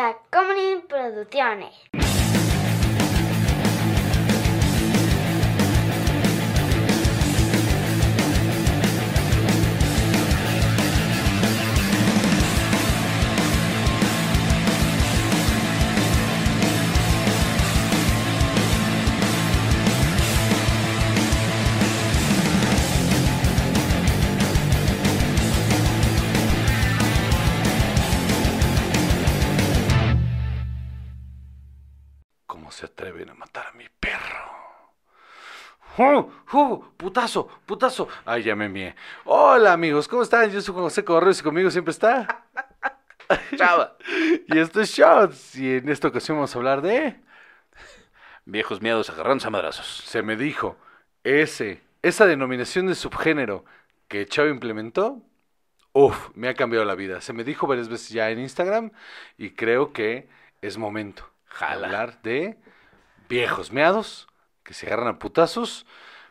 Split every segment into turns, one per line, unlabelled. a Comedy Producciones.
¿Cómo se atreven a matar a mi perro? ¡Uh! ¡Uh! ¡Putazo! ¡Putazo! ¡Ay, ya me mié! Hola, amigos, ¿cómo están? Yo soy José Correos y conmigo siempre está.
Chava.
Y esto es Shots. Y en esta ocasión vamos a hablar de.
Viejos miedos agarrándose a madrazos.
Se me dijo, ese, esa denominación de subgénero que Chavo implementó. Uf, me ha cambiado la vida. Se me dijo varias veces ya en Instagram y creo que es momento de
Jala.
hablar de viejos meados que se agarran a putazos.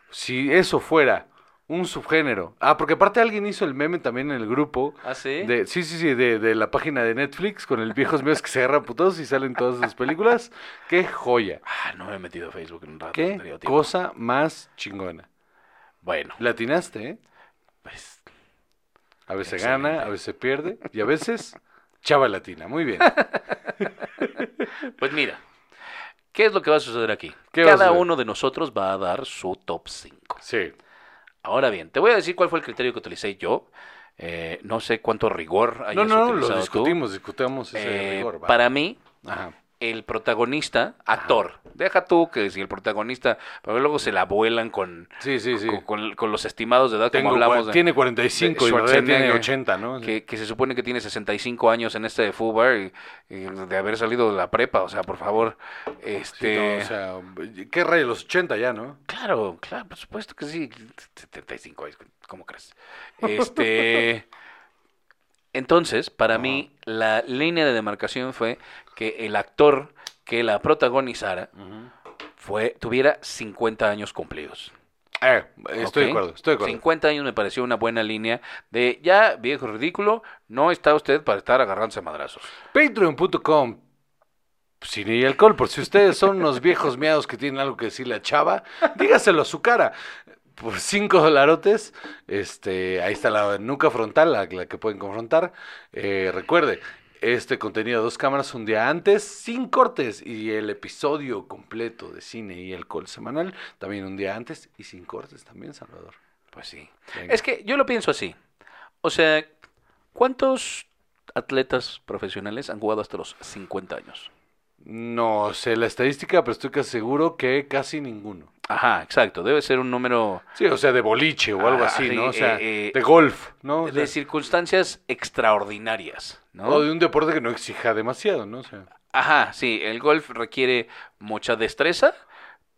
Si eso fuera un subgénero. Ah, porque aparte alguien hizo el meme también en el grupo.
¿Ah, sí?
De, sí, sí, sí, de, de la página de Netflix con el viejos meados que se agarran a putazos y salen todas sus películas. ¡Qué joya!
Ah, no me he metido a Facebook en un rato. no he
¿Qué
tenido tiempo.
cosa más chingona?
Bueno,
Latinaste, ¿eh?
pues,
A veces
Excelente.
gana, a veces pierde y a veces chava latina. Muy bien.
pues mira, ¿qué es lo que va a suceder aquí?
¿Qué va a
Cada
suceder?
uno de nosotros va a dar su top 5.
Sí.
Ahora bien, te voy a decir cuál fue el criterio que utilicé yo. Eh, no sé cuánto rigor hayas
No, no, no, lo
Ah, utilizado tú.
discutimos, discutamos ese
Eh,
rigor. va.
para mí,
Ajá.
el protagonista, actor, deja tú que si el protagonista, pero luego se la vuelan con,
Sí, sí, sí.
con, con- con los estimados de edad,
Tengo
como hablamos.
cua-
de-
tiene 45 y en realidad
Schwarzenegger,
tiene 80, ¿no?
que, que se supone que tiene 65 años en este de fútbol y, y de haber salido de la prepa, o sea, por favor,
Sí, no,
este...
o sea, ¿qué rayo? Los 80 ya, ¿no?
Claro, claro, por supuesto que sí, 75 años, ¿cómo crees? Este... Entonces, para
Ajá.
mí, la línea de demarcación fue que el actor que la protagonizara fue, tuviera 50 años cumplidos.
Eh, estoy de
¿ok?
acuerdo, estoy de acuerdo.
50 años me pareció una buena línea de ya, viejo ridículo, no está usted para estar agarrándose a madrazos.
Patreon.com Cine y alcohol, por si ustedes son unos viejos meados que tienen algo que decirle a Chava, dígaselo a su cara. Por 5 dolarotes, este, ahí está la nuca frontal, la, la que pueden confrontar. Eh, recuerde, este contenido a dos cámaras un día antes, sin cortes, y el episodio completo de cine y alcohol semanal, también un día antes y sin cortes también, Salvador.
Pues sí.
Venga.
Es que yo lo pienso así. O sea, ¿cuántos atletas profesionales han jugado hasta los 50 años?
No sé la estadística, pero estoy casi seguro que casi ninguno.
Ajá, exacto. Debe ser un número
Sí, o sea, de boliche o algo
Ah,
así,
sí,
¿no? O
eh,
sea,
eh,
de golf, ¿no? O sea,
de circunstancias extraordinarias, ¿no?
o de un deporte que no exija demasiado, ¿no? O sea,
Ajá, sí. El golf requiere mucha destreza.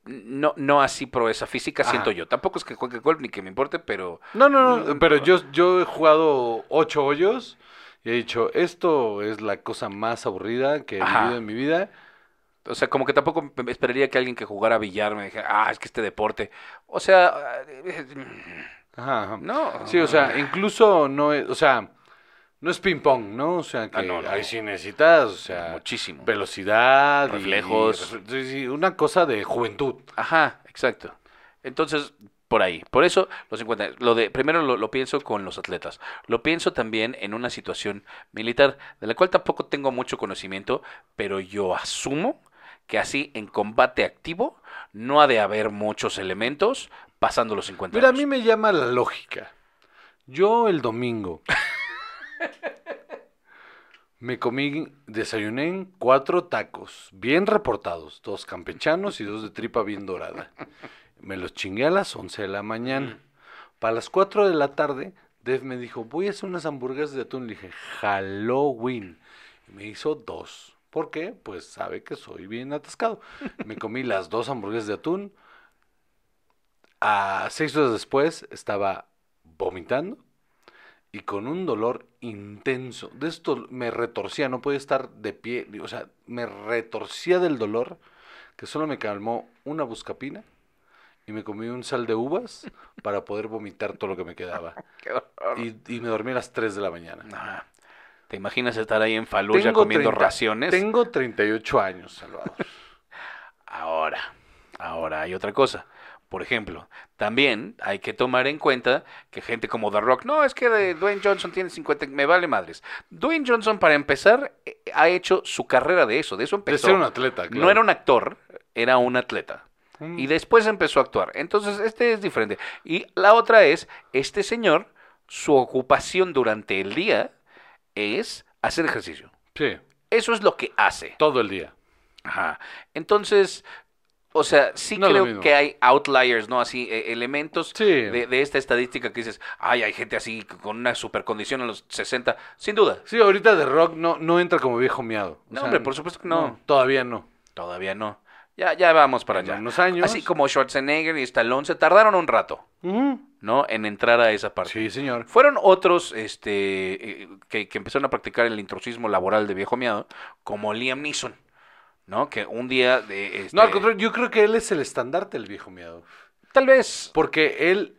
No, no así proeza física,
Ajá.
siento yo. Tampoco es que juegue golf ni que me importe, pero...
no, no, no,
Mm,
eh, pero yo, yo he jugado ocho hoyos y he dicho, esto es la cosa más aburrida que he
Ajá.
vivido en mi vida.
O sea, como que tampoco me- me esperaría que alguien que jugara billar me dijera, ah, es que este deporte. O sea, eh,
Ajá, ajá.
no.
Sí, o sea, incluso no es, o sea, no es ping pong, ¿no? O sea, que
Ah, no, no.
ahí sí necesitas, o sea,
muchísimo.
velocidad, y-
Reflejos.
y- sí, sí, una cosa de juventud.
Ajá, exacto. Entonces, por ahí. Por eso, los 50. Lo de, primero lo, lo pienso con los atletas. Lo pienso también en una situación militar, de la cual tampoco tengo mucho conocimiento, pero yo asumo que así en combate activo no ha de haber muchos elementos pasando los 50
Mira, a
años.
mí me llama la lógica. Yo el domingo me comí, desayuné cuatro tacos bien reportados, dos campechanos y dos de tripa bien dorada. Me los chingué a las 11 de la mañana. Para las 4 de la tarde, Dev me dijo, voy a hacer unas hamburguesas de atún. Le dije, Halloween. Y me hizo dos. ¿Por qué? Pues sabe que soy bien atascado. Me comí las dos hamburguesas de atún. A seis horas después estaba vomitando y con un dolor intenso. De esto me retorcía, no podía estar de pie. O sea, me retorcía del dolor que solo me calmó una buscapina y me comí un sal de uvas para poder vomitar todo lo que me quedaba.
Qué horror.
Y, y me dormí a las 3 de la mañana.
Ajá. ¿Te imaginas estar ahí en Faluya
Tengo
comiendo
30
raciones?
Tengo 38 años, Salvador.
Ahora, ahora hay otra cosa. Por ejemplo, también hay que tomar en cuenta que gente como The Rock, no, es que de Dwayne Johnson tiene 50, me vale madres. Dwayne Johnson, para empezar, eh, ha hecho su carrera de eso, de eso
De
empezó.
ser un atleta, claro.
No era un actor, era un atleta.
Mm.
Y después empezó a actuar. Entonces, este es diferente. Y la otra es, este señor, su ocupación durante el día es hacer ejercicio.
Sí,
Eso es lo que hace.
todo el día.
Ajá. Entonces, o sea, sí
No es lo
creo
mismo.
que hay outliers, ¿no? Así, eh, elementos
Sí.
de, de esta estadística que dices, ay, hay gente así con una supercondición a los 60. Sin duda.
Sí, ahorita The Rock no, no entra como viejo miado. O
No,
sea,
hombre, por supuesto que no.
Todavía no.
Todavía no. Ya, ya vamos para
En
allá.
unos años.
Así como Schwarzenegger y Stallone se tardaron un rato,
Ujú.
¿no? En entrar a esa parte.
Sí, señor.
Fueron otros este, eh, que, que empezaron a practicar el intrusismo laboral de viejo miado, como Liam Neeson, ¿no? Que un día... De,
No, al
este,
contrario, yo creo que él es el estandarte del viejo miado.
Tal vez.
Porque él,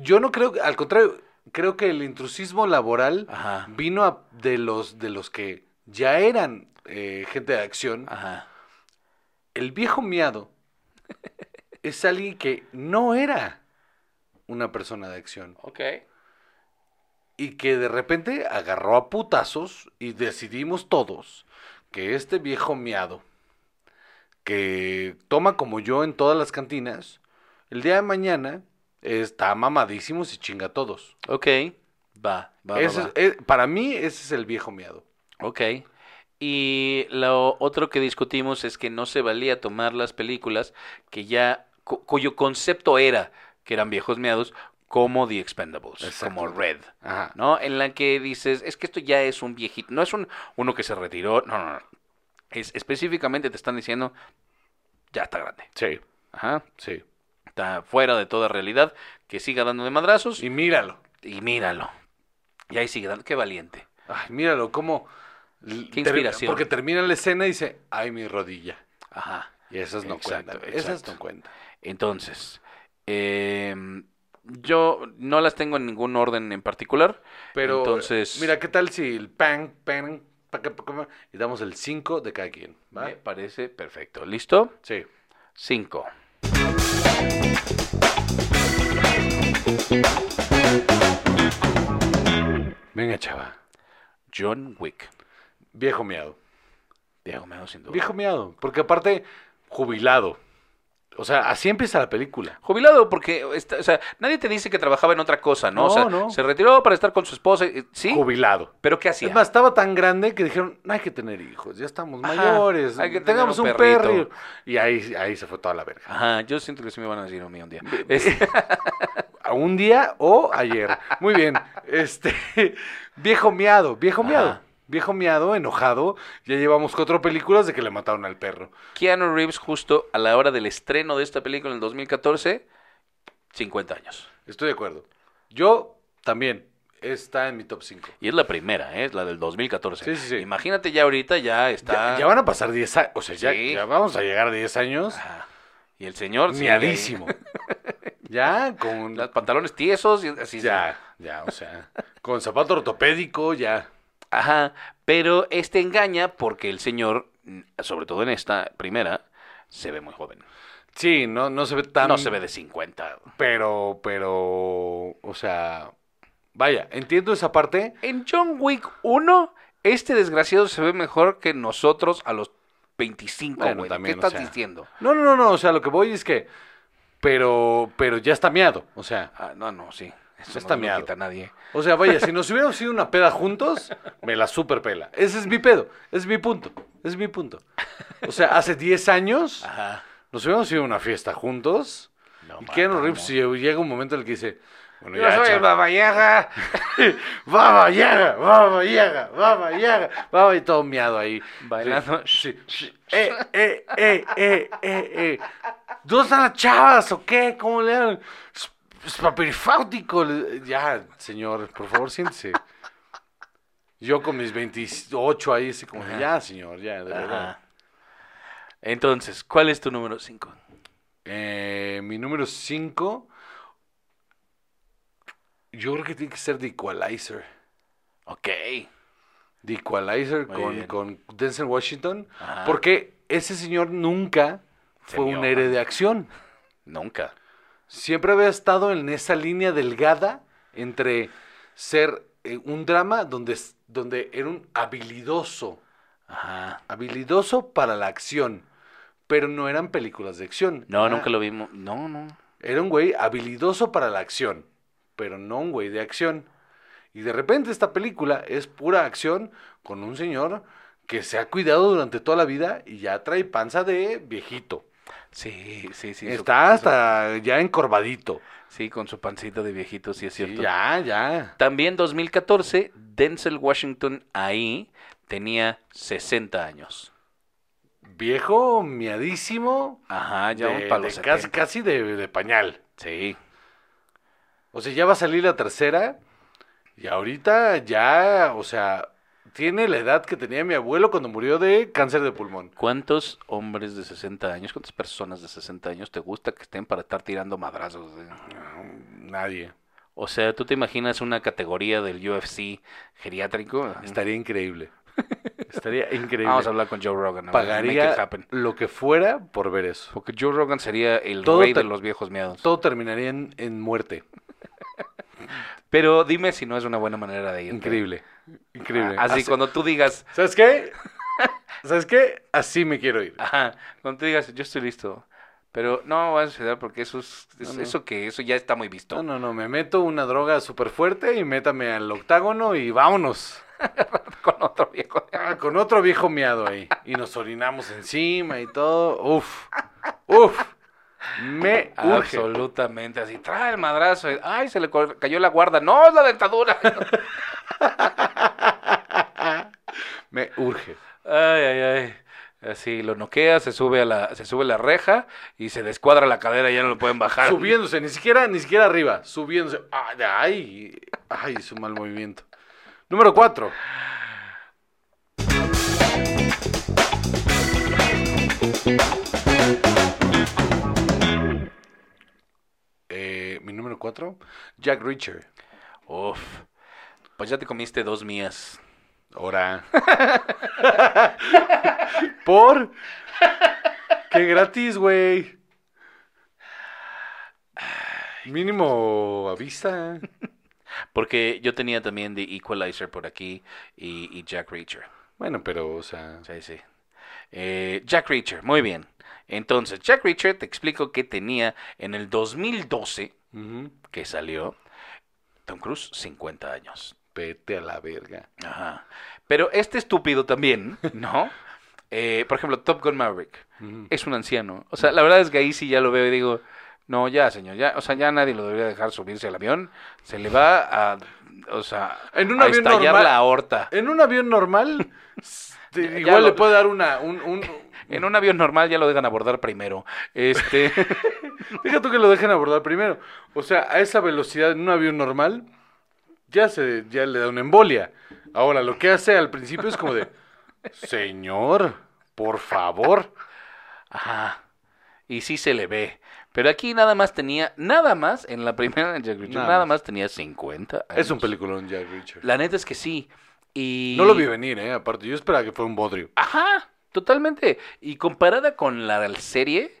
yo no creo, al contrario, creo que el intrusismo laboral
Ajá.
vino a- de los de los que ya eran eh, gente de acción.
Ajá.
El viejo miado es alguien que no era una persona de acción
Ok.
y que de repente agarró a putazos y decidimos todos que este viejo miado que toma como yo en todas las cantinas, el día de mañana está mamadísimo y chinga a todos.
Ok. Va, va, va,
Ese
va.
es- eh, para mí, ese es el viejo miado.
Ok. Y lo otro que discutimos es que no se valía tomar las películas que ya, cu- cuyo concepto era que eran viejos meados, como The Expendables,
Exacto.
como Red,
Ajá.
¿no? En la que dices, es que esto ya es un viejito, no es un uno que se retiró, no, no, no. Es, específicamente te están diciendo, ya está grande.
Sí,
Ajá.
sí.
Está fuera de toda realidad, que siga dando de madrazos
Y míralo.
Y míralo. Y ahí sigue dando. Qué valiente.
Ay, míralo, cómo. l-
Qué
ter-
inspiración.
Porque termina la escena y dice, ay, mi rodilla.
Ajá.
Y esas no
Exacto,
cuentan. Esas
exacto.
no cuentan.
Entonces, eh, yo no las tengo en ningún orden en particular.
Pero,
Entonces-
mira, ¿qué tal si el pan, pan, pa, ca, pa, ca, y damos el 5 de cada quien? ¿va?
Me parece perfecto. ¿Listo?
Sí.
5.
Venga, chava.
John Wick.
Viejo miado.
Diego Medo, sin duda.
Viejo miado. Porque aparte, jubilado. O sea, así empieza la película.
Jubilado, porque está- o sea, nadie te dice que trabajaba en otra cosa, ¿no? o
No,
sea,
no.
se retiró para estar con su esposa. eh, Sí.
Jubilado.
Pero ¿qué hacía?
Es más, estaba tan grande que dijeron, no hay que tener hijos, ya estamos
Ajá,
mayores,
hay que tener
tengamos
un
un,
perrito".
perro. Y ahí, ahí se fue toda la verga.
Ajá, yo siento que sí me van a decir a mí un día. Es-
A un día o ayer. Muy bien. Este, viejo miado, viejo
Ajá.
miado. Viejo miado, enojado. Ya llevamos cuatro películas de que le mataron al perro.
Keanu Reeves justo a la hora del estreno de esta película en el 2014, 50 años.
Estoy de acuerdo. Yo también. Está en mi top 5.
Y es la primera, ¿eh? es la del 2014.
Sí, sí, sí.
Imagínate ya ahorita, ya está...
Ya, ya van a pasar 10 años. O sea, ya,
Sí.
ya vamos a llegar a 10 años.
Ajá. Ah, Y el señor... sigue ahí.
Miadísimo. ya, con
Los pantalones tiesos y así.
Ya, ya, o sea, con zapato ortopédico, ya.
Ajá. Pero este engaña porque el señor, mm, sobre todo en esta primera, se ve muy joven.
Sí, no, no se ve tan...
No se ve de 50.
Pero, pero, o sea, vaya, entiendo esa parte.
En John Wick 1, este desgraciado se ve mejor que nosotros a los 25,
Bueno,
güey. ¿Qué
también, o
estás
sea.
diciendo?
No, no, no, no, o sea, lo que voy es que, pero, pero ya está miado, o sea,
Ah, no, no, sí. Eso
Está
no se lo
miado.
quita a nadie.
o sea, vaya, si nos hubiéramos ido una peda juntos, me la superpela. Ese es mi pedo, es mi punto, es mi punto. O sea, hace 10 años
Ajá.
nos hubiéramos ido a una fiesta juntos
No,
y Keanu Reeves
matamos.
lleg- llega un momento en el que dice, bueno,
Yo
ya,
soy el
chao.
Baba Yaga.
Baba Yaga, Baba Yaga, Baba Yaga, Baba y todo miado ahí.
Bailando.
Sí, sí. Eh, eh, eh, eh, eh, eh. ¿Dónde están las chavas o qué? ¿Cómo le dan? Es- Es papirifáutico. Le- Ya, señor, por favor, siéntese. Yo con mis 28 ahí, así como,
Ajá.
ya, señor, ya, de verdad.
Ajá. Entonces, ¿cuál es tu número 5?
Eh, mi número 5, yo creo que tiene que ser The Equalizer.
Ok.
The Equalizer
Muy
con,
bien.
con Denzel Washington,
Ajá.
porque ese señor nunca
Ah. Se
fue
vio.
un héroe de acción.
Nunca.
Siempre había estado en esa línea delgada entre ser eh, un drama donde, s- donde era un habilidoso,
Ajá.
habilidoso para la acción, pero no eran películas de acción.
No,
Era-
nunca lo vimos. No, no.
Era un güey habilidoso para la acción, pero no un güey de acción. Y de repente esta película es pura acción con un señor que se ha cuidado durante toda la vida y ya trae panza de viejito.
Sí, sí, sí. su-
Está
su-
hasta ya encorvadito.
sí, con su pancita de viejito, sí es
Sí,
cierto.
ya, ya.
También 2014, Denzel Washington ahí tenía 60 años.
Viejo, miadísimo.
Ajá, ya
de-
un palo
de casi, casi de, de pañal.
Sí.
O sea, ya va a salir la tercera. Y ahorita ya, o sea, tiene la edad que tenía mi abuelo cuando murió de cáncer de pulmón.
¿Cuántos hombres de 60 años, cuántas personas de 60 años te gusta que estén para estar tirando madrazos? eh?
Nadie.
O sea, ¿tú te imaginas una categoría del UFC geriátrico?
Estaría increíble. Estaría increíble. pues,
Vamos a hablar con Joe Rogan. a ver, make it
Pagaría
happen.
lo que fuera por ver eso.
Porque Joe Rogan sería el
Todo
rey
te-
de los viejos miedos.
Todo terminaría en, en muerte.
Pero dime si no es una buena manera de ir.
Increíble. Increíble.
Así
Así-
cuando tú digas,
¿Sabes qué? ¿Sabes qué? Así me quiero ir.
ajá, cuando tú digas, yo estoy listo. Pero no va a suceder porque eso es, es-
No, no.
eso que eso ya está muy visto.
No, no, no. Me meto una droga súper fuerte y métame al octágono y vámonos.
Con otro viejo.
Ah, con otro viejo miado ahí. Y nos orinamos encima y todo. Uf. Uf. Me urge.
Absolutamente así. Trae el madrazo. y, Ay, se le col- cayó la guarda. No, es la dentadura.
Me urge.
Ay, ay, ay. Así lo noquea, se sube a la, se sube a la reja y se descuadra la cadera, ya no lo pueden bajar.
Subiéndose, ni siquiera, ni siquiera arriba, subiéndose. Ay, ay, ay, su mal movimiento. Número 4. Eh, mi número 4, Jack Reacher.
Uf. Pues ya te comiste dos mías.
Ahora. ¿Por? ¡Qué gratis, güey! Mínimo ¿eh? avisa.
Porque yo tenía también The Equalizer por aquí y, y Jack Reacher.
Bueno, pero, o sea.
Sí, sí. Eh, Jack Reacher, muy bien. Entonces, Jack Reacher, te explico que tenía en el 2012
ujú,
que salió Tom Cruise 50 años.
Vete a la verga.
Ajá. Pero este estúpido también, ¿no? Eh, por ejemplo, Top Gun Maverick
Ujú.
es un anciano. O sea, la verdad es que ahí sí ya lo veo y digo, no, ya, señor, ya, o sea, ya nadie lo debería dejar subirse al avión. Se le va a, o sea,
En un
a
avión
estallar
normal-
la aorta.
En un avión normal, te-
Ya- ya
igual
lo-
le puede dar una. Un, un-
En un avión normal ya lo dejan abordar primero. Este,
Deja tú que lo dejen abordar primero. O sea, a esa velocidad en un avión normal, ya, se, ya le da una embolia. Ahora, lo que hace al principio es como de: Señor, por favor.
ajá. Y sí se le ve. Pero aquí nada más tenía, nada más en la primera de Jack Reacher,
Nada
nada,
más.
más tenía 50
Es un
años.
peliculón, Jack Richard.
La neta es que sí. Y
No lo vi venir, ¿eh? Aparte, yo esperaba que fuera un bodrio.
Ajá, totalmente. Y comparada con la serie,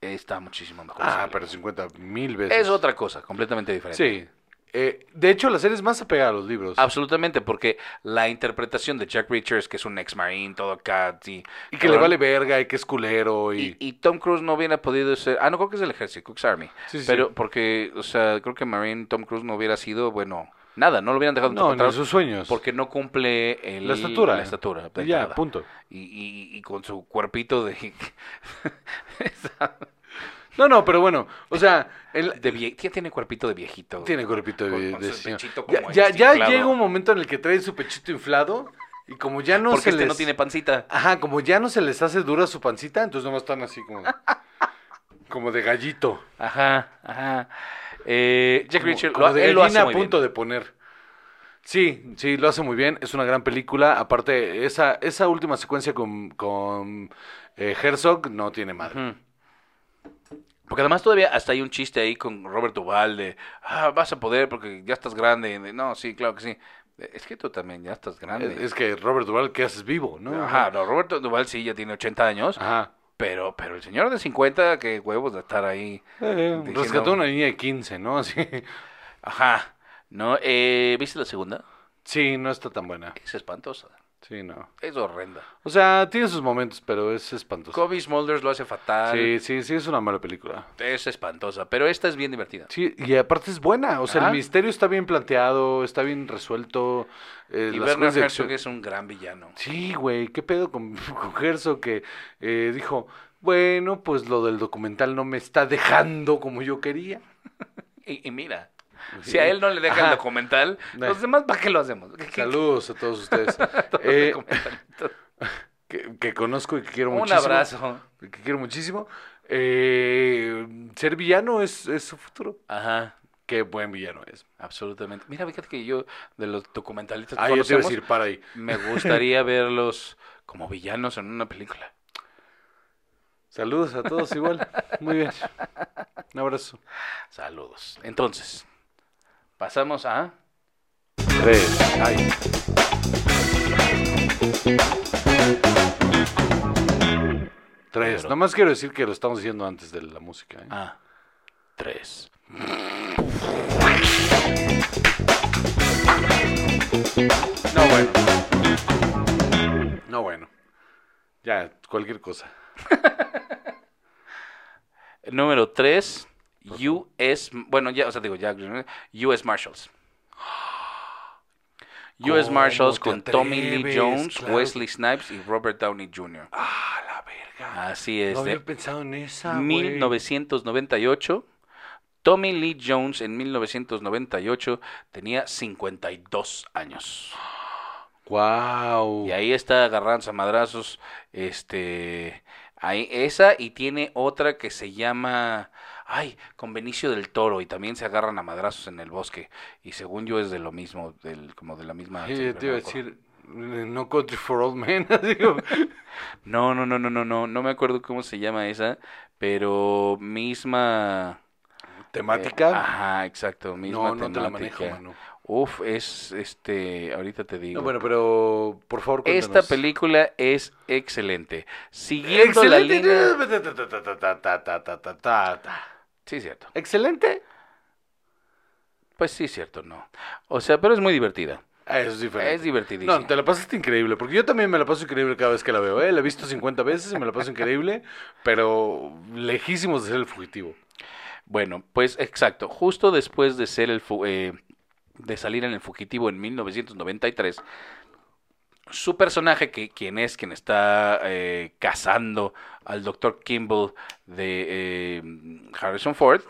está muchísimo mejor.
Ah,
esa
pero 50 mil
película.
veces.
es otra cosa, completamente diferente.
Sí. Eh, de hecho, la serie es más apegada a los libros.
Absolutamente, porque la interpretación de Jack Richards, que es un ex marine, todo acá, sí,
Y que le
cabrón.
vale verga y que es culero y...
Y, y Tom Cruise no hubiera podido ser. Ah, no, creo que es el ejército, creo que es Army.
Sí, sí,
Pero
sí.
porque, o sea, creo que Marine Tom Cruise no hubiera sido, bueno, nada, no lo hubieran dejado
No, ni
contratar
sus sueños.
porque no cumple el-
La estatura.
La estatura, de
ya,
entrada.
punto.
Y, y- y con su cuerpito de.
No, no, pero bueno, o sea, el-
de vie- ya tiene cuerpito de viejito.
tiene cuerpito de,
Con- con
de
su
señor.
pechito
Ya,
como
ya, ya
inflado.
llega un momento en el que trae su pechito inflado y como ya no
porque
se
este
les...
no tiene pancita.
Ajá, como ya no se les hace dura su pancita, entonces nomás están así como... como de gallito.
Ajá, ajá. Eh, Jack
Como-
Richard,
como
lo,
de
él lo hace
gallina
muy
a punto
bien.
de poner. Sí, sí, lo hace muy bien. Es una gran película. Aparte, esa, esa última secuencia con, con eh, Herzog no tiene madre.
Ujú. Porque además todavía hasta hay un chiste ahí con Robert Duval de, ah, vas a poder porque ya estás grande. De, no, sí, claro que sí. Es que tú también ya estás
Es,
grande.
es que Robert Duval, ¿qué haces vivo? ¿no?
Ajá, no, Roberto Duval sí ya tiene 80 años,
Ajá.
pero pero el señor de 50, qué huevos de estar ahí.
Eh,
Diciendo-
rescató a una niña de 15, ¿no? Así.
Ajá. No, eh, ¿viste la segunda?
Sí, no está tan buena.
Es espantosa.
Sí, no.
Es horrenda.
O sea, tiene sus momentos, pero es espantoso.
Kobe Smulders lo hace fatal.
Sí, sí, sí, es una mala película.
Es espantosa, pero esta es bien divertida.
Sí, y aparte es buena. O sea,
Ajá.
el misterio está bien planteado, está bien resuelto. eh,
y
las
Bernard
cosas de
Herzog
acción-
es un gran villano.
Sí, güey, ¿qué pedo con, con Herzog que eh, dijo, bueno, pues lo del documental no me está dejando como yo quería?
Y, y mira, si a él no le deja
Ajá.
el documental,
Nah.
los demás, ¿para qué lo hacemos? ¿Qué- qué-
Saludos a todos ustedes. Eh, que, que conozco y que quiero
un
muchísimo.
abrazo.
Que quiero muchísimo. Eh, ser villano es, es su futuro.
Ajá,
Qué buen villano es.
absolutamente. Mira, fíjate que yo, de los documentalistas que
Ah, yo te iba a
conocemos,
decir, para ahí.
me gustaría verlos como villanos en una película.
Saludos a todos igual. Muy bien. Un abrazo.
Saludos. Entonces, pasamos a...
Tres.
Ay.
Tres. Nada más quiero decir que lo estamos diciendo antes de la música. ¿eh?
Ah, tres.
No, bueno. No, bueno. Ya, cualquier cosa.
Número tres, US, bueno, ya, o sea, digo, ya, US Marshals. US
¿Cómo
Marshals
te
con Tommy Lee
atreves?
Jones,
Claro.
Wesley Snipes y Robert Downey Jr.
Ah, la verga.
Así es,
no
de
había pensado en esa. güey.
1998. Tommy Lee Jones en 1998 tenía 52 años.
Guau.
Y ahí está agarrándose a madrazos. Este. Ahí, esa y tiene otra que se llama. Ay, con Benicio del Toro. Y también se agarran a madrazos en el bosque. Y según yo es de lo mismo, del, como de la misma.
Sí,
sí,
yo te iba a
no me acuerdo.
decir, eh, no country for old men. digo.
No, no, no, no, no, no. No me acuerdo cómo se llama esa. Pero misma. eh,
Temática.
ajá, exacto. Misma
no, no te la manejo,
temática.
mano.
Uf, es este. Ahorita te digo.
No, bueno, pero por favor,
Esta
cuéntanos.
película es excelente. Siguiendo la
Excelente.
línea. Sí, cierto.
Excelente.
Pues sí, cierto, no. O sea, pero es muy divertida.
Ah, Eso es diferente.
Es divertidísima.
No, te la pasaste increíble, porque yo también me la paso increíble cada vez que la veo, ¿eh? La he visto 50 veces y me la paso increíble, pero lejísimos de ser el fugitivo.
Bueno, pues exacto. Justo después de ser el fu- eh, de salir en el fugitivo en 1993, su personaje, que quien es quien está eh, cazando al doctor Kimball de eh, Harrison Ford,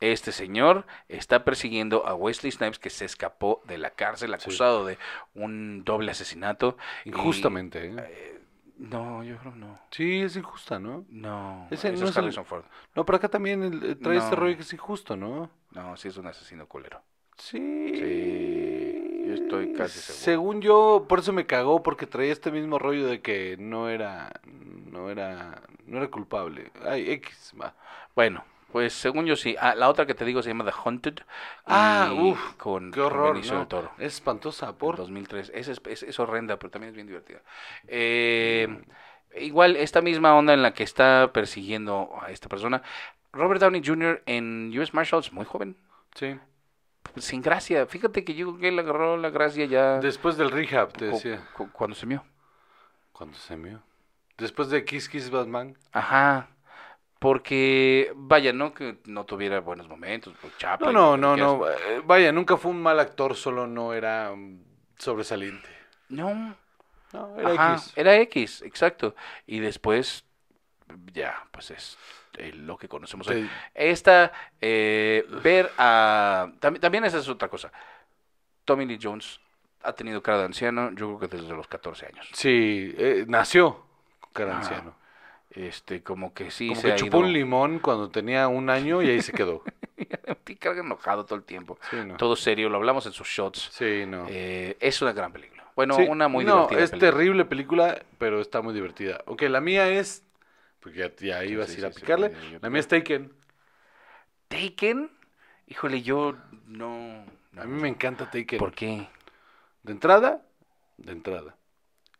este señor está persiguiendo a Wesley Snipes que se escapó de la cárcel acusado de un doble asesinato. y-
Injustamente, ¿eh?
No, yo creo no.
Sí, es injusta, ¿no?
No,
Ese
eso
no
es
es el-
Harrison Ford.
No, pero acá también el- eh, trae este
No.
rollo que es injusto, ¿no?
No, sí es un asesino culero.
Sí.
Sí, yo estoy casi seguro.
Según yo, por eso me cagó, porque traía este mismo rollo de que no era, no era, no era culpable. Ay, X, va.
Bueno, pues según yo sí. Ah, la otra que te digo se llama The Haunted. y
Ah, uf,
con,
Qué
con
horror,
Benicio
¿no?
del Toro.
Es espantosa,
Por
por...
2003. Es, es, es- es horrenda, pero también es bien divertida. Eh, igual, esta misma onda en la que está persiguiendo a esta persona. Robert Downey Jr. en US Marshals, muy joven.
Sí.
Sin gracia. Fíjate que yo creo que él agarró la gracia ya
Después del rehab, te
cu-
decía.
cu- cuando se mió.
Cuando se mió. Después de Kiss Kiss Batman.
Ajá. Porque, vaya, no que no tuviera buenos momentos. pues,
No,
Chaplin,
no,
lo que
no,
quieras.
no. eh, Vaya, nunca fue un mal actor, solo no era mm, sobresaliente.
No,
No,
era
era
X.
X.
Era X, exacto. Y después, ya, pues es eh, lo que conocemos hoy.
Sí.
Esta, eh, ver a... tam- también esa es otra cosa. Tommy Lee Jones ha tenido cara de anciano, yo creo que desde los 14 años.
Sí, eh, nació con cara
Ajá.
anciano.
Este, como que sí
Como
se
que
ha
chupó
ido-
un limón cuando tenía un año y ahí se quedó.
Sí, carga enojado todo el tiempo.
Sí, no.
Todo serio, lo hablamos en sus shots.
Sí, no.
Eh, es una gran película. Bueno,
Sí,
una muy
no,
divertida
es
película.
terrible película, pero está muy divertida. Ok, la mía es... Porque ya, ya ibas
sí,
a ir a
sí, sí,
picarle.
yo- yo-
la mía es Taken.
Taken, híjole, yo no...
A mí me encanta Taken.
¿Por qué?
De entrada, de entrada.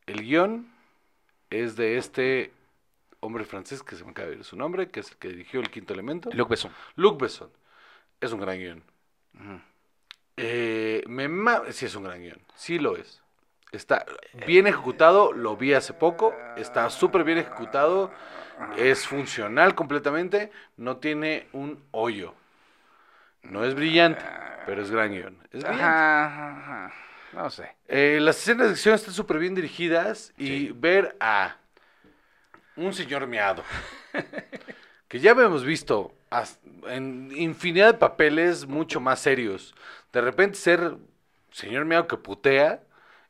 El guión es de este hombre francés que se me acaba de ir su nombre, que es el que dirigió El Quinto Elemento.
Luc Besson.
Luc Besson. Es un gran guión.
Ujú.
Eh, me ma- Sí, es un gran guión. Sí lo es. Está bien ejecutado, lo vi hace poco. Está súper bien ejecutado. Es funcional completamente. No tiene un hoyo. No es brillante, pero es gran guión. Es brillante.
Ajá, ajá, ajá. No sé.
Eh, las escenas de acción están súper bien dirigidas y
Sí.
ver a un señor miado, que ya habíamos visto as- en infinidad de papeles mucho más serios, de repente ser señor miado que putea,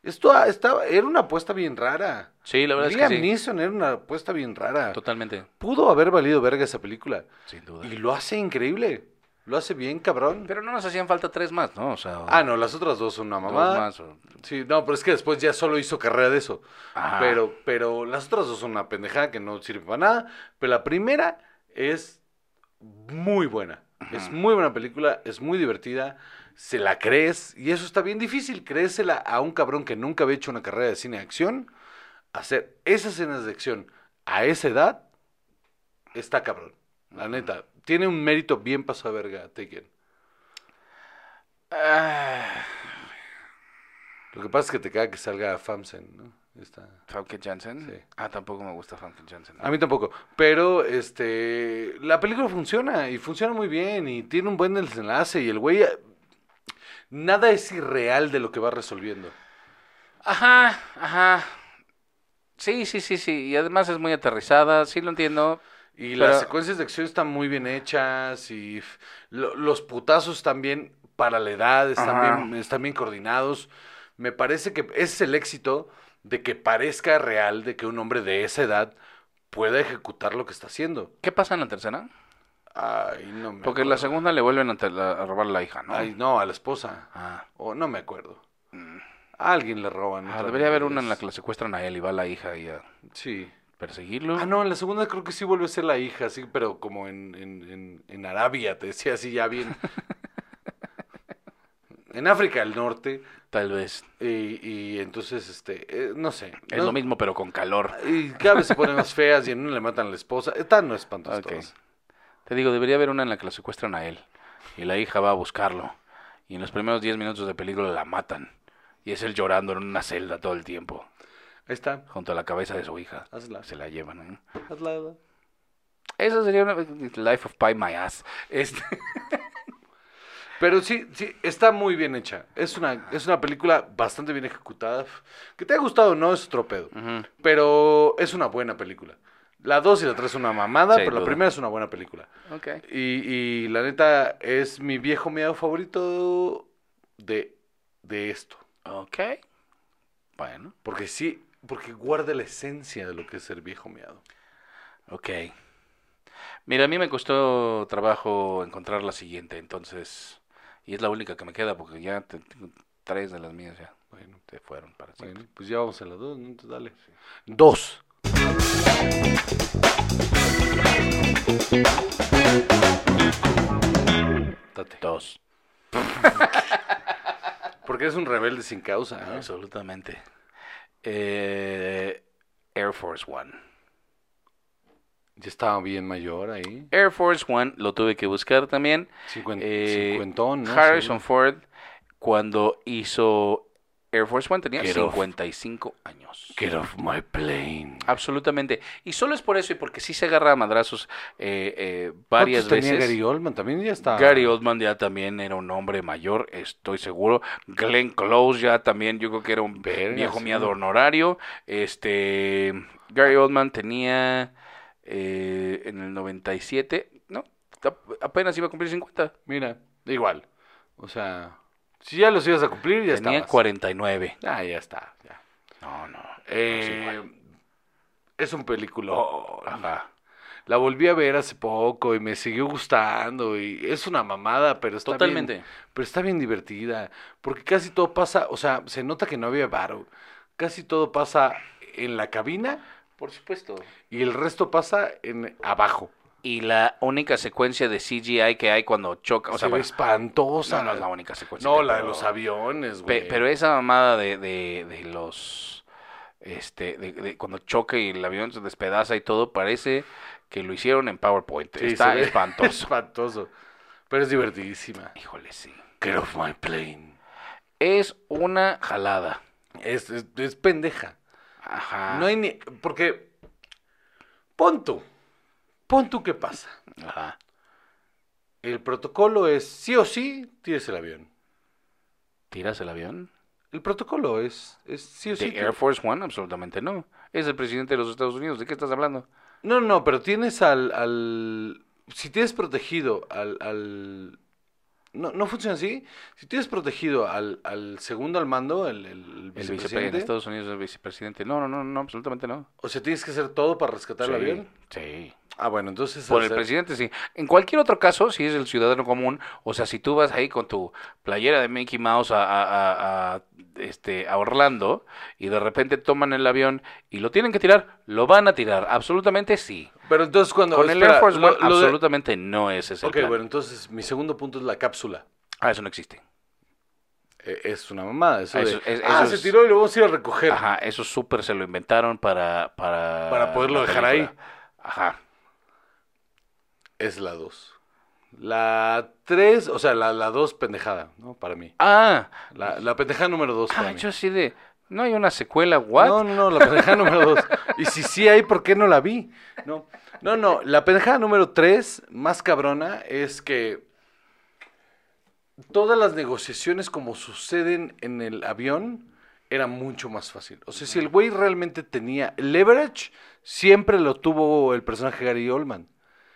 esto a- estaba, era una apuesta bien rara.
Sí, la verdad
Liam
es que sí.
Neeson era una apuesta bien rara.
Totalmente.
Pudo haber valido verga esa película.
Sin duda.
Y lo hace increíble. Lo hace bien, cabrón.
Pero no nos hacían falta tres más, ¿no? O sea,
ah, no, las otras dos son una
dos
mamada.
más, o-
Sí, no, pero es que después ya solo hizo carrera de eso.
Ajá.
Ah. Pero, pero las otras dos son una pendejada que no sirve para nada. Pero la primera es muy buena. Es muy buena película, es muy divertida. Se la crees, y eso está bien difícil, creérsela a un cabrón que nunca había hecho una carrera de cine de acción. Hacer esas escenas de acción a esa edad está cabrón. La neta, tiene un mérito bien pasado de verga, Taken.
Ah,
Lo que pasa es que te caga que salga Famsen, ¿no? Está...
Famke Janssen.
Sí.
Ah, tampoco me gusta Famke Janssen.
A mí tampoco. Pero, este, la película funciona y funciona muy bien y tiene un buen desenlace y el güey... eh, Nada es irreal de lo que va resolviendo.
Ajá, ajá. Sí, sí, sí, sí. Y además es muy aterrizada, sí lo entiendo.
Y
Pero-
las secuencias de acción están muy bien hechas y f- lo- los putazos también para la edad
Ajá.
están bien, están bien coordinados. Me parece que ese es el éxito de que parezca real, de que un hombre de esa edad pueda ejecutar lo que está haciendo.
¿Qué pasa en la tercera?
Ay, no me
Porque en la
acuerdo.
segunda le vuelven a, te- la- a robar la hija, ¿no?
Ay, no, a la esposa.
Ah.
O no me acuerdo. A alguien le roban.
Mm. Ah,
otra
debería
vez.
haber una en la
pues.
que la secuestran a él y va la hija y a
Sí.
perseguirlo.
Ah, no, en la segunda creo que sí vuelve a ser la hija, sí, pero como en, en, en, en Arabia, te decía así ya bien. en África del Norte.
Tal vez.
Y, y entonces, este, eh, no sé.
Es
¿no?
lo mismo, pero con calor.
Y cada vez se ponen más feas y en una le matan a la esposa. Están no espantos
Ok. Te digo, debería haber una en la que la secuestran a él y la hija va a buscarlo. Y en los primeros 10 minutos de película la matan. Y es él llorando en una celda todo el tiempo,
Ahí está.
junto a la cabeza de su hija.
Hazla.
Se la llevan. ¿eh?
Hazla.
Esa sería una eh, Life of Pie My Ass. Este-
Pero sí, sí, está muy bien hecha. Es una, es una película bastante bien ejecutada. Que te ha gustado o no, es otro pedo. Pero es una buena película. La 2 y la 3 son una mamada,
Sin
pero la
duda.
primera es una buena película.
Ok.
Y, y la neta es mi viejo miedo favorito de, de esto.
Ok. Bueno.
Porque sí, porque guarda la esencia de lo que es ser viejo miedo.
Ok. Mira, a mí me costó trabajo encontrar la siguiente, entonces... Y es la única que me queda porque ya te- tengo tres de las mías ya
Bueno,
se fueron para siempre.
bueno, pues ya vamos a la 2, ¿no? Entonces dale. 2. Date.
Dos.
Porque eres un rebelde sin causa, ¿no?
Absolutamente. Eh, Air Force One.
Ya estaba bien mayor ahí.
Air Force One lo tuve que buscar también.
Cincuen-
Eh,
cincuentón, ¿no?
Harrison Ford, cuando hizo Air Force One, tenía
Get off.
55 años.
Get off my plane.
Absolutamente. Y solo es por eso y porque sí se agarra a madrazos eh, eh, varias
¿Cuántos
veces.
pues, tenía Gary Oldman? También ya estaba.
Gary Oldman ya también era un hombre mayor, estoy seguro. Glenn Close ya también, yo creo que era un
Verga,
viejo
sí.
miado honorario. Este, Gary Oldman tenía eh, en el 97, no, ap- apenas iba a cumplir 50.
Mira, igual. O sea, si ya los ibas a cumplir, ya
tenía
estabas.
49.
Ah, ya está. ya.
No, no.
Eh,
igual. Oh,
es un película.
Ajá.
La volví a ver hace poco y me siguió gustando. Y es una mamada, pero está bien-
Totalmente.
pero está bien divertida. Porque casi todo pasa, o sea, se nota que no había varo. Casi todo pasa en la cabina
Por supuesto.
y el resto pasa en abajo.
y la única secuencia de CGI que hay cuando choca. O
se
sea,
ve
bueno,
espantosa.
no, no es la única pues secuencia.
No,
que-
la de
pero-
los aviones,
Pe-
güey.
pero esa mamada de, de, de los. Este, de, de cuando choca y el avión se despedaza y todo, parece que lo hicieron en PowerPoint.
Sí, se
Está
ve
espantoso.
espantoso. Pero es divertidísima.
Híjole, sí.
Get off my plane.
Es una jalada.
Es, es, es pendeja.
Ajá.
No hay ni. Porque. Pon tú. Pon tú qué pasa.
Ajá.
El protocolo es sí o sí tires el avión.
¿Tiras el avión?
El protocolo es, es sí o
¿De
sí. ti-
Air Force One? Absolutamente no. Es el presidente de los Estados Unidos. ¿De qué estás hablando?
No, no, pero tienes al. al si tienes protegido al. al no, no funciona así. Si tienes protegido al, al segundo al mando, el, el, el
El vicepresidente
vicepresidente.
de Estados Unidos es el vicepresidente. No, no, no, no, absolutamente no.
o sea, tienes que hacer todo para rescatar el
Sí,
avión.
Sí.
Ah, bueno, entonces.
Por
al
el
ser-
presidente, sí. En cualquier otro caso, si es el ciudadano común, o sea, si tú vas ahí con tu playera de Mickey Mouse a, a- a- a, este, a Orlando y de repente toman el avión y lo tienen que tirar, lo van a tirar. Absolutamente sí.
Pero entonces cuando.
con el
espera,
Air Force
lo-
One,
lo de-
absolutamente no ese es el
Ok,
plan.
bueno, entonces mi segundo punto es la cápsula.
Ah, eso no existe.
Eh, Es una mamada. Eso
Ah,
de,
eso- es-
ah,
eso
se
es-
tiró y lo vamos a ir a recoger.
Ajá, eso súper se lo inventaron para... Para,
Para poderlo
la
dejar
película. Ajá.
Es la 2. La 3, o sea, la 2 pendejada, ¿no? Para mí.
Ah,
La, la pendejada número 2 para
ah,
mí.
yo así de... No hay una secuela, what?
No, no, no, la pendejada número 2. Y si sí hay, ¿por qué no la vi? No, no, no. La pendejada número 3, más cabrona, es que todas las negociaciones como suceden en el avión era mucho más fácil. O sea, si el güey realmente tenía leverage, siempre lo tuvo el personaje Gary Oldman.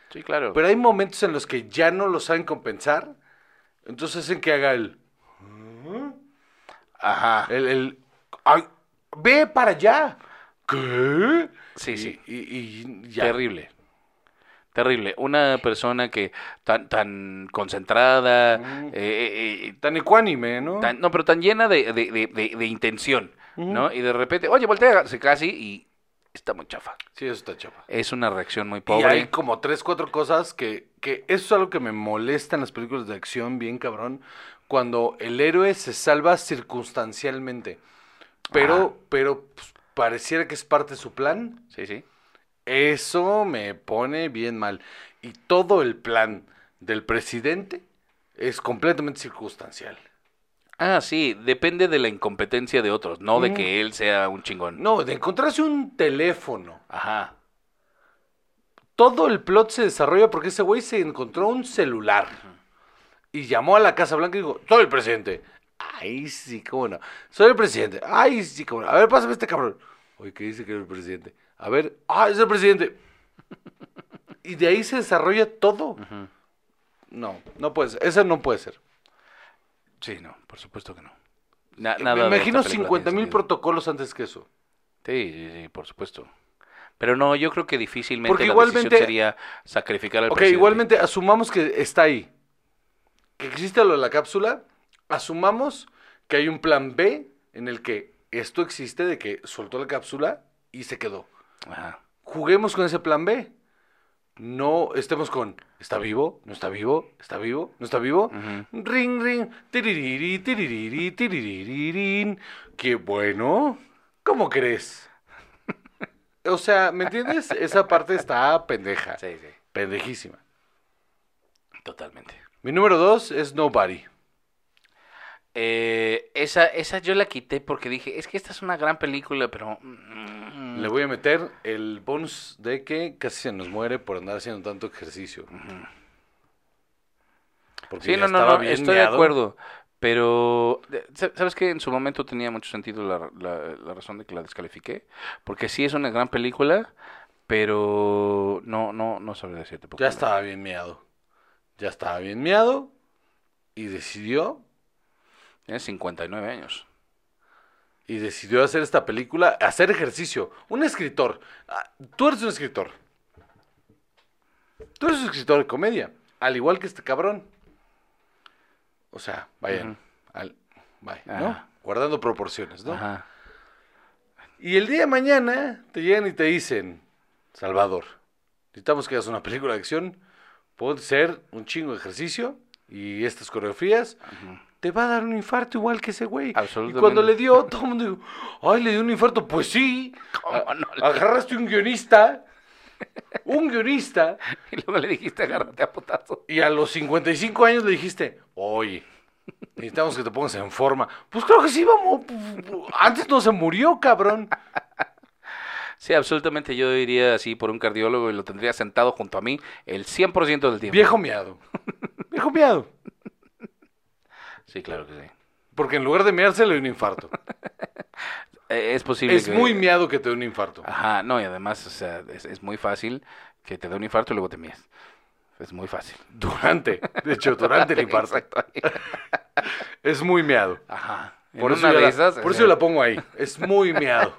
Sí, claro.
Pero hay momentos en los que ya no lo saben compensar, entonces hacen que haga el...
Ajá.
El, el- ay, ve para allá. ¿Qué?
Sí,
Y-
sí.
Y, y ya.
Terrible. Terrible. Una persona que tan, tan concentrada,
Mm.
eh, eh, eh,
Tan ecuánime, ¿no?
tan- no, pero tan llena de, de- de- de- de intención,
Ujú.
¿no? Y de repente, oye, voltea, se casi y está muy chafa.
Sí, eso está chapa.
Es una reacción muy
Y hay
pobre.
como tres, cuatro cosas que, que eso es algo que me molesta en las películas de acción, bien cabrón, cuando el héroe se salva circunstancialmente. Pero,
Ajá.
pero pues, pareciera que es parte de su plan.
Sí, sí.
Eso me pone bien mal. Y todo el plan del presidente es completamente circunstancial.
Ah, sí, depende de la incompetencia de otros, no de que él sea un chingón.
No, de encontrarse un teléfono.
Ajá.
Todo el plot se desarrolla porque ese güey se encontró un celular. Y llamó a la Casa Blanca y dijo, soy el presidente. Ay, sí, cómo no. Soy el presidente. Ay, sí, cómo no. A ver, pásame este cabrón. Oye, ¿qué dice que es el presidente? A ver, ah, es el presidente. y de ahí se desarrolla todo. No, no puede ser. Esa no puede ser.
Sí, no, por supuesto que no. Na-
Me
nada de esta
imagino
película tiene
50 mil
sentido.
protocolos antes que eso.
Sí, sí, sí, por supuesto. Pero no, yo creo que difícilmente
Porque
la
igualmente-
decisión sería sacrificar al
Ok,
presidente.
igualmente asumamos que está ahí. Que existe lo de la cápsula. Asumamos que hay un plan B en el que esto existe de que soltó la cápsula y se quedó.
Ajá.
Juguemos con ese plan B. No estemos con está vivo, no está vivo, está vivo, no está vivo.
Mm. Ujú.
Ring, ring, tiririri, tiririri, tiririririn. Qué bueno. ¿Cómo crees? O sea, ¿me entiendes? Esa parte está pendeja.
Sí, sí.
Pendejísima.
Totalmente.
Mi número dos es Nobody.
Eh, esa, esa yo la quité porque dije, es que esta es una gran película, pero... mm,
Le voy a meter el bonus de que casi se nos muere por andar haciendo tanto ejercicio. Porque
Sí,
ya
no, no,
estaba
no,
bien
estoy
meado.
de acuerdo. Pero, eh, sa- ¿sabes que En su momento tenía mucho sentido la, la- la razón de que la descalifiqué. Porque sí es una gran película, pero no, no, no sabría decirte. por
Ya
qué.
estaba bien meado. Ya estaba bien meado. Y decidió.
Tiene 59 años.
Y decidió hacer esta película. Hacer ejercicio. Un escritor. Ah, Tú eres un escritor. Tú eres un escritor de comedia. Al igual que este cabrón. O sea, vayan.
Ujú.
al, vaya,
Ajá.
¿no? Guardando proporciones, ¿no?
Ajá.
Y el día de mañana te llegan y te dicen, Salvador, Necesitamos que hagas una película de acción. Puede ser un chingo de ejercicio y estas coreografías. Te va a dar un infarto igual que ese güey.
Absolutamente.
Y cuando le dio, todo el mundo dijo, ay, le dio un infarto. Pues sí.
¿Cómo no le-
Agarraste un guionista. Un guionista.
Y luego le dijiste, agárrate a potazo.
Y a los 55 años le dijiste, oye, necesitamos que te pongas en forma. Pues claro que sí, vamos. Antes no se murió, cabrón.
Sí, absolutamente. Yo iría así por un cardiólogo y lo tendría sentado junto a mí el 100% del tiempo.
Viejo miado. Viejo miado.
Sí, claro que sí.
Porque en lugar de mearse le dio un infarto.
Eh, Es posible
Es
que-
muy miado que te dé un infarto.
Ajá, no, y además, o sea, es, es muy fácil que te dé un infarto y luego te mías. Es muy fácil.
Durante, de hecho, durante el infarto.
Exacto.
Es muy miado.
Ajá. En
Por, eso,
una
yo
de
la,
esas,
por
eh,
eso yo la pongo ahí. Es muy miado.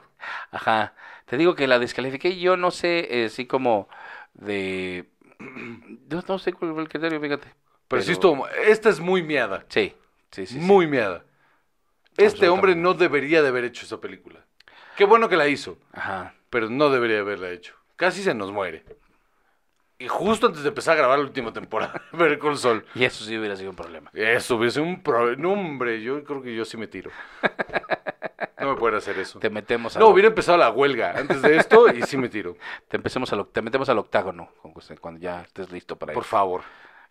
Ajá. Te digo que la descalifiqué yo no sé, eh, así como de... No, no sé cuál fue el criterio, fíjate.
Pero, sí estuvo- esta es muy miada.
Sí, sí, sí. sí.
muy miada. Este
Absolutamente.
hombre no debería de haber hecho esa película. Qué bueno que la hizo,
Ajá.
pero no debería haberla hecho. Casi se nos muere. Y justo antes de empezar a grabar la última temporada, ver con el sol.
Y eso sí hubiera sido un problema.
Eso hubiese un pro... no, hombre, yo creo que yo sí me tiro. No me pueden hacer eso.
Te metemos a
No, hubiera empezado la huelga antes de esto y sí me tiro.
te, empecemos al oc- te metemos al octágono, con José, cuando ya estés listo para
Por
eso.
favor.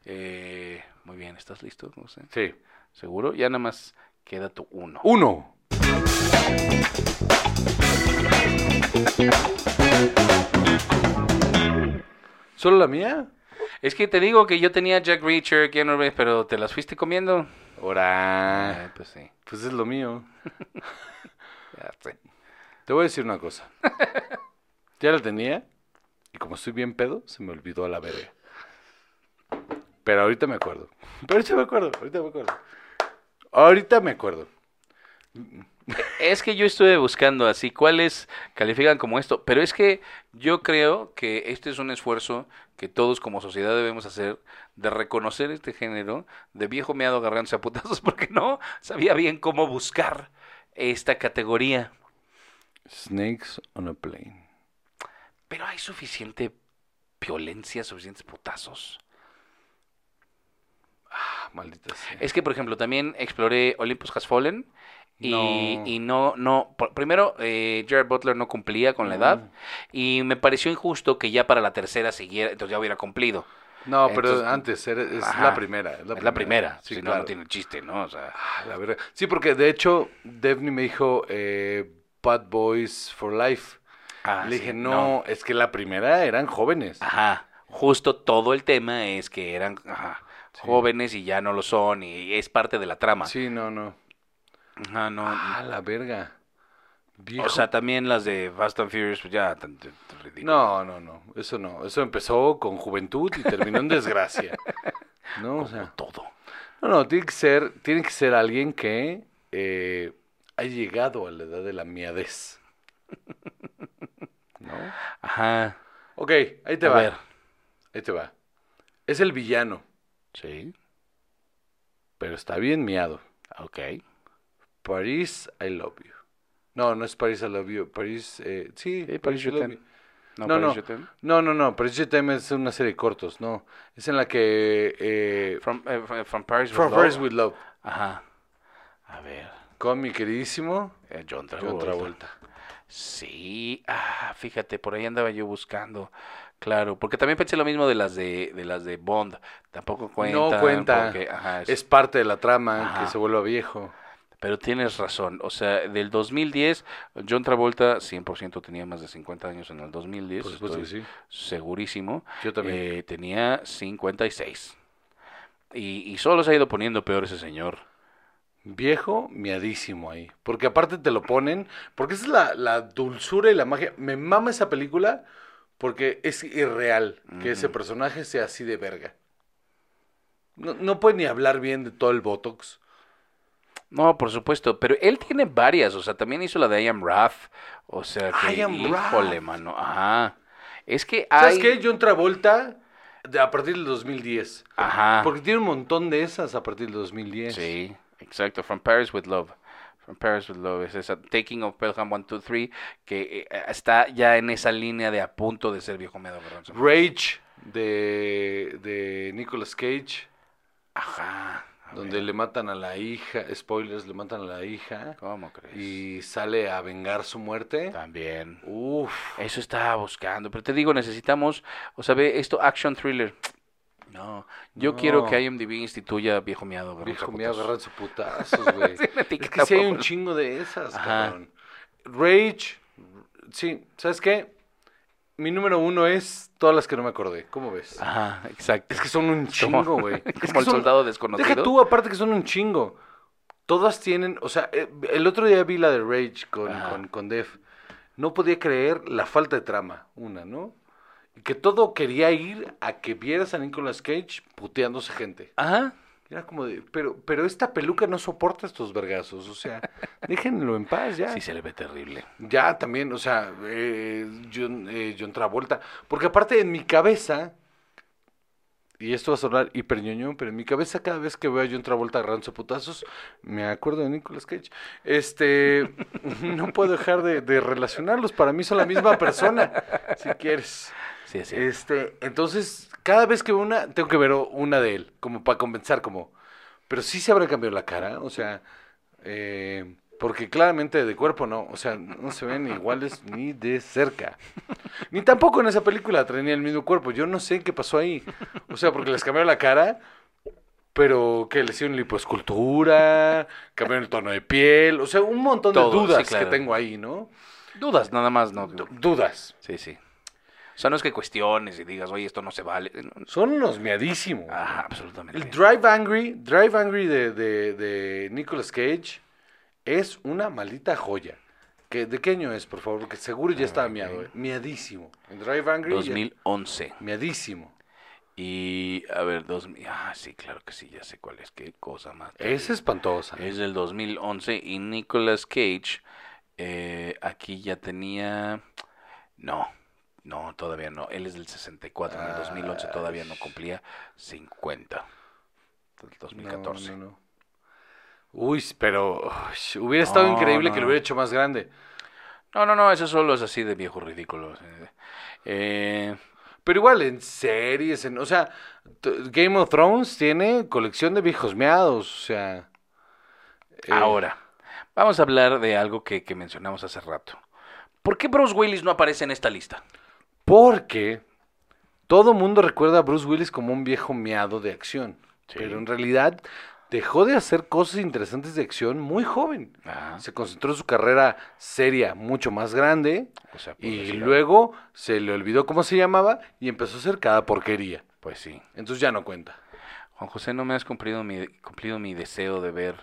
Eh, muy bien, ¿estás listo, José?
Sí.
¿Seguro? Ya nada más queda tu
Uh.
uno.
Uno. ¿Solo la mía?
Es que te digo que yo tenía Jack Reacher, Keanu Reeves, pero te las fuiste comiendo.
Ahora.
Ay, pues sí,
Pues es lo mío.
ya sé.
Te voy a decir una cosa. Ya la tenía y como estoy bien pedo, se me olvidó a la verga. Pero ahorita me acuerdo. Pero ahorita me acuerdo, ahorita me acuerdo. Ahorita me acuerdo.
Es que yo estuve buscando así cuáles califican como esto, pero es que yo creo que este es un esfuerzo que todos como sociedad debemos hacer de reconocer este género de viejo meado agarrándose a putazos porque no sabía bien cómo buscar esta categoría.
Snakes on a plane.
Pero hay suficiente violencia, suficientes putazos.
Ah, maldita sea.
Es que, por ejemplo, también exploré Olympus Has Fallen y
No.
y no, no, por- primero, eh, Jared Butler no cumplía con la edad y me pareció injusto que ya para la tercera siguiera, entonces ya hubiera cumplido.
No, pero
Entonces-
antes, era- es
Ajá.
la primera. Es la
es la primera,
Sí,
si no,
claro.
no tiene chiste, ¿no? O sea,
Ah, la verga. Sí, porque de hecho, Devni me dijo eh, Bad Boys for Life.
ah,
Le
sí, Ah,
dije, no, es que la primera eran jóvenes.
Ajá, justo todo el tema es que eran ajá,
Sí.
jóvenes y ya no lo son y es parte de la trama.
Sí, no, no.
Ajá, no.
Ah, la verga. Viejo.
o sea, también las de Fast and Furious, pues ya, tan, tan- tan ridículo.
no, no, no. Eso no. Eso empezó con juventud y terminó en desgracia. No, o sea.
Todo.
No, no, tiene que ser, tiene que ser alguien que eh, ha llegado a la edad de la miadez. ¿No?
Ajá.
Ok, ahí te
a
va.
ver.
Ahí te va. Es el villano,
Sí,
pero está bien miado.
ok.
Paris, I love you. No, no es Paris, I love you. Paris, eh, sí,
Sí, Paris
Paris, I love
Hilton.
you. No,
No, Paris
no.
Hilton.
No, no, no, Paris Hilton es una serie de cortos, no. Es en la que... eh,
From, eh, from- from Paris with
From
Love.
Paris with Love.
Ajá. A ver.
Con mi queridísimo
eh, John Travolta.
John Travolta.
Sí. Ah, fíjate, por ahí andaba yo buscando. Claro, porque también pensé lo mismo de las de, de las de Bond. Tampoco cuentan.
cuenta.
porque- ajá, es-
Es parte de la trama
Ajá.
que se vuelva viejo.
Pero tienes razón. O sea, del 2010, John Travolta 100% tenía más de 50 años en el 2010.
Por supuesto que
estoy
sí.
Segurísimo.
Yo también.
Eh, tenía 56. Y, y solo se ha ido poniendo peor ese señor.
Viejo, miadísimo ahí. Porque aparte te lo ponen, porque esa es la, la dulzura y la magia. Me mama esa película porque es irreal que ese
Ujú.
personaje sea así de verga. No, no puede ni hablar bien de todo el Botox.
No, por supuesto, pero él tiene varias, o sea, también hizo la de I Am Wrath, o sea, que,
I Am
híjole,
Wrath.
mano, ajá, es que hay,
¿Sabes qué? John Travolta, de- a partir del 2010.
ajá,
Porque tiene un montón de esas a partir del 2010.
sí, exacto, From Paris with Love, From Paris with Love, es esa Taking of Pelham 1, 2, 3, que eh, está ya en esa línea de a punto de ser viejo meado Ronson.
Rage de, de Nicolas Cage,
Ajá. a
donde
ver,
le matan a la hija, spoilers, le matan a la hija
¿Cómo crees?
y sale a vengar su muerte.
También.
Uf,
Eso estaba buscando. Pero te digo, necesitamos, o sea, ve esto, action thriller. No, yo
No.
quiero que IMDb instituya viejo miado. agarra
viejo
capotazos.
mío, agarran su putazos, güey.
Sí, una
es
etiqueta,
que sí hay
por
un
favor.
chingo de esas,
Ajá.
cabrón. Rage, sí, ¿sabes qué? Mi número uno es todas las que no me acordé. ¿Cómo ves?
Ajá, exacto.
Ah, Es que son un
Como-
chingo, güey.
Como,
Es que son-
el soldado desconocido.
Deja tú, aparte que son un chingo. Todas tienen, o sea, eh, el otro día vi la de Rage con,
Ajá.
con, con Def. No podía creer la falta de trama, una, ¿no? Y que todo quería ir a que vieras a Nicolas Cage puteándose gente.
Ajá.
Era como de, pero, pero esta peluca no soporta estos vergazos, o sea, déjenlo en paz ya.
Sí, se le ve terrible.
Ya también, o sea, eh, John, eh, John Travolta. Porque aparte en mi cabeza, y esto va a sonar hiper ñoño, pero en mi cabeza cada vez que veo a John Travolta agarrándose a putazos, me acuerdo de Nicolas Cage. Este, no puedo dejar de, de relacionarlos, para mí son la misma persona, si quieres.
Sí, es cierto.
Este, entonces, cada vez que veo una, tengo que ver o- una de él, como para compensar, como. Pero sí se habrá cambiado la cara, o sea, eh, porque claramente de cuerpo no, o sea, no se ven iguales ni de cerca. Ni tampoco en esa película traían el mismo cuerpo, yo no sé qué pasó ahí. O sea, porque les cambiaron la cara, pero que les hicieron lipoescultura, cambiaron el tono de piel, o sea, un montón
Todo, sí,
de dudas
claro.
que tengo ahí, ¿no?
Dudas, nada más, no.
Du- dudas.
Sí, sí. O sea, no es que cuestiones y digas, oye, esto no se vale. No, no.
Son unos miadísimos.
Ajá, absolutamente.
El Drive Angry, Drive Angry de, de, de Nicolas Cage es una maldita joya. ¿Qué, ¿De qué año es, por favor? Porque seguro
Ah,
ya estaba miado, eh. miadísimo. El Drive Angry, ya-
2011.
miadísimo.
Y, a ver, 2000. Ah, sí, claro que sí, ya sé cuál es. Qué cosa más.
Es
terrible.
espantosa.
Es del 2011 y Nicolas Cage eh, aquí ya tenía... No, no, todavía no. Él es del 64, en el
Ah,
2011 todavía no
Ay.
cumplía 50. Del 2014.
No, no, no. Uy, pero uy, hubiera estado
No,
increíble
no,
que
no.
lo hubiera hecho más grande.
No, no, no, eso solo es así de viejo ridículo. Eh,
Pero igual, en series, en, o sea, t- Game of Thrones tiene colección de viejos miados, o sea... eh,
ahora, vamos a hablar de algo que, que mencionamos hace rato. ¿Por qué Bruce Willis no aparece en esta lista?
Porque todo mundo recuerda a Bruce Willis como un viejo meado de acción.
Sí.
Pero en realidad dejó de hacer cosas interesantes de acción muy joven.
Ajá.
Se concentró en su carrera seria mucho más grande.
O sea, por
Y
decir algo.
luego se le olvidó cómo se llamaba y empezó a hacer cada porquería.
Pues sí.
Entonces ya no cuenta.
Juan José, no me has cumplido mi, cumplido mi deseo de ver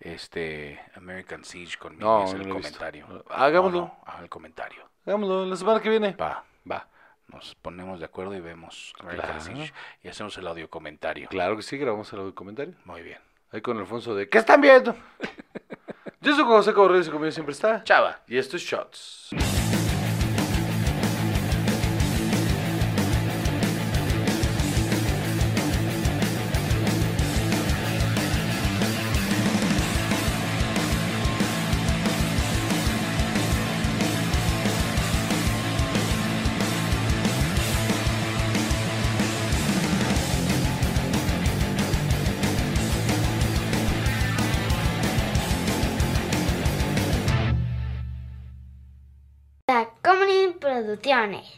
este American Siege conmigo.
No,
es el
no lo he visto.
comentario.
Hagámoslo.
No, no, haz el comentario.
Hagámoslo la semana que viene.
Va,
Va.
nos ponemos de acuerdo y vemos American
Claro.
Siege y hacemos el audio comentario.
Claro que sí, grabamos el audio comentario.
Muy bien.
Ahí con Alfonso de ¿Qué están viendo? Yo soy José Cabrera y conmigo siempre está.
Chava.
Y esto es Shots.
Tacomunin Producciones.